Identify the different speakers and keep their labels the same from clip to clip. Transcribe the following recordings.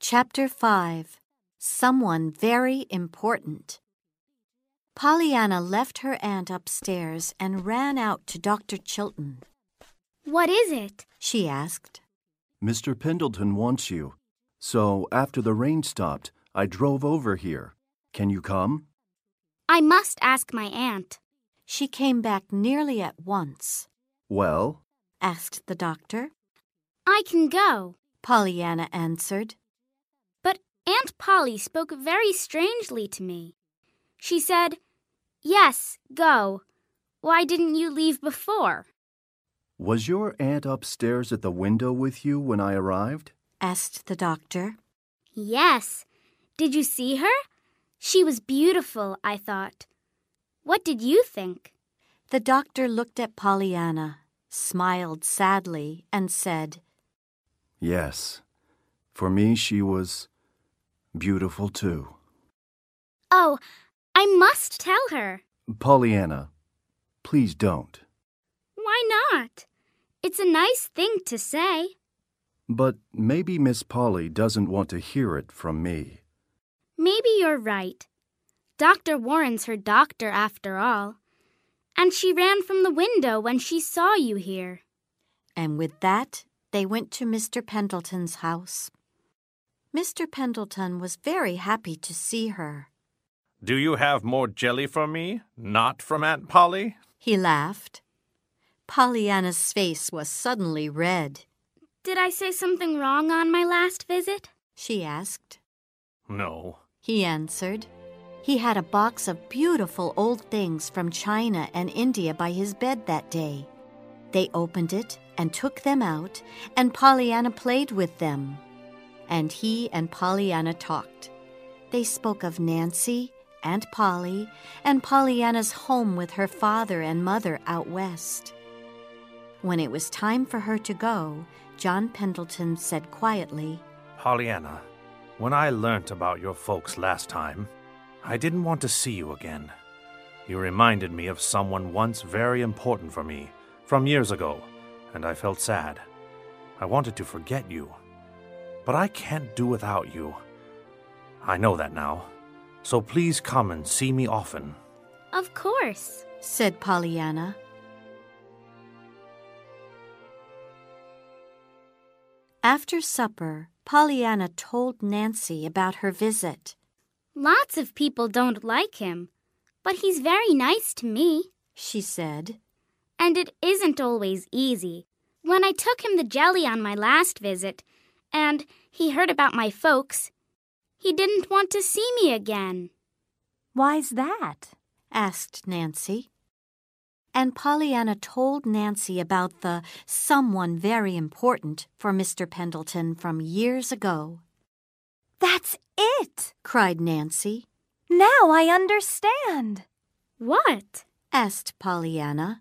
Speaker 1: Chapter 5 Someone Very Important. Pollyanna left her aunt upstairs and ran out to Dr. Chilton.
Speaker 2: What is it?
Speaker 1: She asked,
Speaker 3: Mr. Pendleton wants you. So after the rain stopped, I drove over here. Can you come?
Speaker 2: I must ask my aunt.
Speaker 1: She came back nearly at once,
Speaker 3: Well,
Speaker 1: asked the doctor.
Speaker 2: I can go.
Speaker 1: Pollyanna answered,
Speaker 2: But Aunt Polly spoke very strangely to me. She said, Yes, go. Why didn't you leave before?
Speaker 3: was your aunt upstairs at the window with you when I arrived?
Speaker 1: asked the doctor.
Speaker 2: Yes. Did you see her? She was beautiful, I thought. What did you think?
Speaker 1: The doctor looked at Pollyanna, smiled sadly, and said,
Speaker 3: Yes. For me, she was beautiful too.
Speaker 2: Oh, I must tell her.
Speaker 3: Pollyanna, please don't.
Speaker 2: Why not? It's a nice thing to say.
Speaker 3: But maybe Miss Polly doesn't want to hear it from me.
Speaker 2: Maybe you're right. Dr. Warren's her doctor after all. And she ran from the window when she saw you here.
Speaker 1: And with that, they went to Mr. Pendleton's house. Mr. Pendleton was very happy to see her.
Speaker 4: Do you have more jelly for me? Not from Aunt Polly?
Speaker 1: He laughed. Pollyanna's face was suddenly red.
Speaker 2: Did I say something wrong on my last visit?
Speaker 1: She asked.
Speaker 4: No.
Speaker 1: He answered. He had a box of beautiful old things from China and India by his bed that day. They opened it and took them out, and Pollyanna played with them. And he and Pollyanna talked. They spoke of Nancy and Polly and Pollyanna's home with her father and mother out west. When it was time for her to go, John Pendleton said quietly,
Speaker 4: Pollyanna, when I learnt about your folks last time, I didn't want to see you again. You reminded me of someone once very important for me, from years ago, and I felt sad. I wanted to forget you. But I can't do without you. I know that now. So please come and see me often.
Speaker 2: Of course.
Speaker 1: said Pollyanna. After supper, Pollyanna told Nancy about her visit.
Speaker 2: Lots of people don't like him, but he's very nice to me.
Speaker 1: She said,
Speaker 2: And it isn't always easy. When I took him the jelly on my last visit, and he heard about my folks, he didn't want to see me again.
Speaker 1: Why's that? asked Nancy. And Pollyanna told Nancy about the someone very important for Mr. Pendleton from years ago.
Speaker 5: That's it!
Speaker 1: Cried Nancy,
Speaker 5: Now I understand.
Speaker 2: What?
Speaker 1: asked Pollyanna,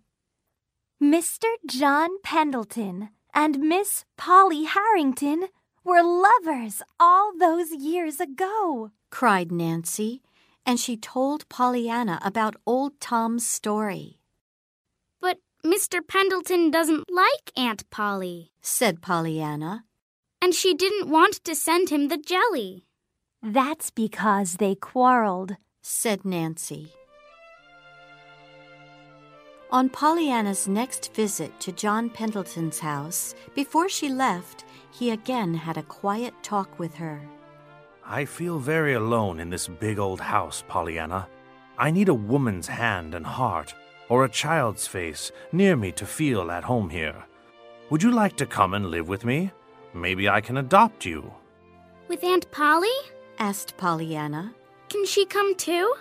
Speaker 5: Mr. John Pendleton and Miss Polly Harrington were lovers all those years ago.
Speaker 1: cried Nancy, and she told Pollyanna about old Tom's story.
Speaker 2: But Mr. Pendleton doesn't like Aunt Polly,
Speaker 1: said Pollyanna.
Speaker 2: and she didn't want to send him the jelly.
Speaker 5: That's because they quarreled.
Speaker 1: said Nancy. On Pollyanna's next visit to John Pendleton's house, before she left, he again had a quiet talk with her.
Speaker 4: I feel very alone in this big old house, Pollyanna. I need a woman's hand and heart, or a child's face, near me to feel at home here. Would you like to come and live with me? Maybe I can adopt you.
Speaker 2: With Aunt Polly?
Speaker 1: Asked Pollyanna,
Speaker 2: Can she come too?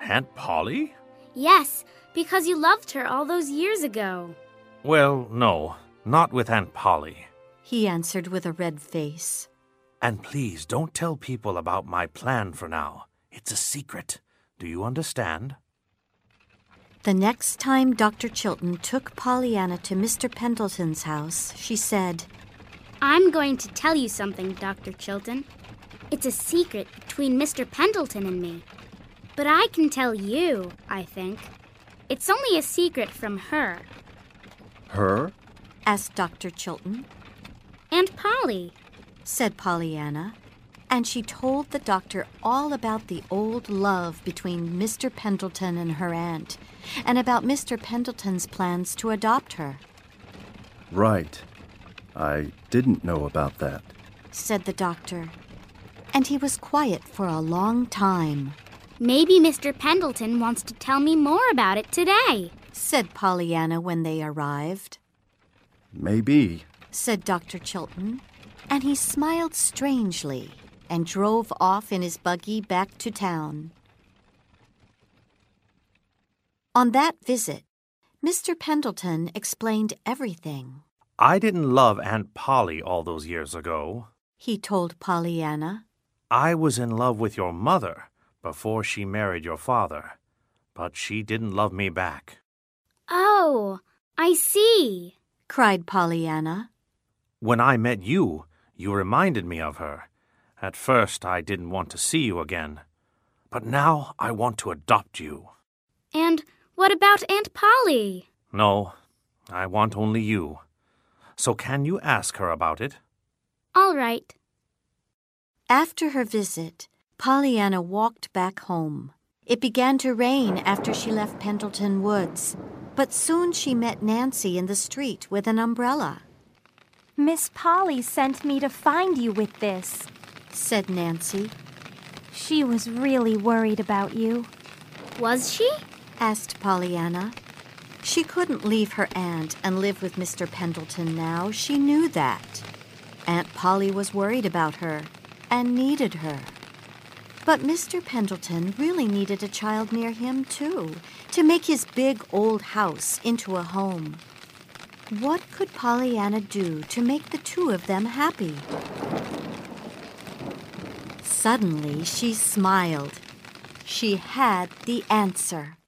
Speaker 4: Aunt Polly?
Speaker 2: Yes, because you loved her all those years ago.
Speaker 4: Well, no, not with Aunt Polly.
Speaker 1: he answered with a red face.
Speaker 4: And please don't tell people about my plan for now. It's a secret. Do you understand?
Speaker 1: The next time Dr. Chilton took Pollyanna to Mr. Pendleton's house, she said,
Speaker 2: I'm going to tell you something, Dr. Chilton. It's a secret between Mr. Pendleton and me. But I can tell you, I think. It's only a secret from her,
Speaker 3: Her?
Speaker 1: Asked Dr. Chilton,
Speaker 2: Aunt Polly.
Speaker 1: said Pollyanna, and she told the doctor all about the old love between Mr. Pendleton and her aunt, and about Mr. Pendleton's plans to adopt her,
Speaker 3: Right. I didn't know about that.
Speaker 1: said the doctor. And he was quiet for a long time,
Speaker 2: Maybe Mr. Pendleton wants to tell me more about it today.
Speaker 1: said Pollyanna when they arrived,
Speaker 3: Maybe.
Speaker 1: said Dr. Chilton. And he smiled strangely and drove off in his buggy back to town. On that visit, Mr. Pendleton explained everything.
Speaker 4: I didn't love Aunt Polly all those years ago.
Speaker 1: he told Pollyanna.
Speaker 4: I was in love with your mother before she married your father, but she didn't love me back.
Speaker 2: Oh, I see.
Speaker 1: Cried Pollyanna.
Speaker 4: When I met you, you reminded me of her. At first, I didn't want to see you again, but now I want to adopt you.
Speaker 2: And what about Aunt Polly?
Speaker 4: No, I want only you. So can you ask her about it?
Speaker 2: All right.
Speaker 1: After her visit, Pollyanna walked back home. It began to rain after she left Pendleton Woods, but soon she met Nancy in the street with an umbrella,
Speaker 5: Miss Polly sent me to find you with this.
Speaker 1: said Nancy,
Speaker 5: She was really worried about you.
Speaker 2: Was she?
Speaker 1: asked Pollyanna. She couldn't leave her aunt and live with Mr. Pendleton now. She knew that. Aunt Polly was worried about her and needed her. But Mr. Pendleton really needed a child near him, too, to make his big old house into a home. What could Pollyanna do to make the two of them happy? Suddenly, she smiled. She had the answer.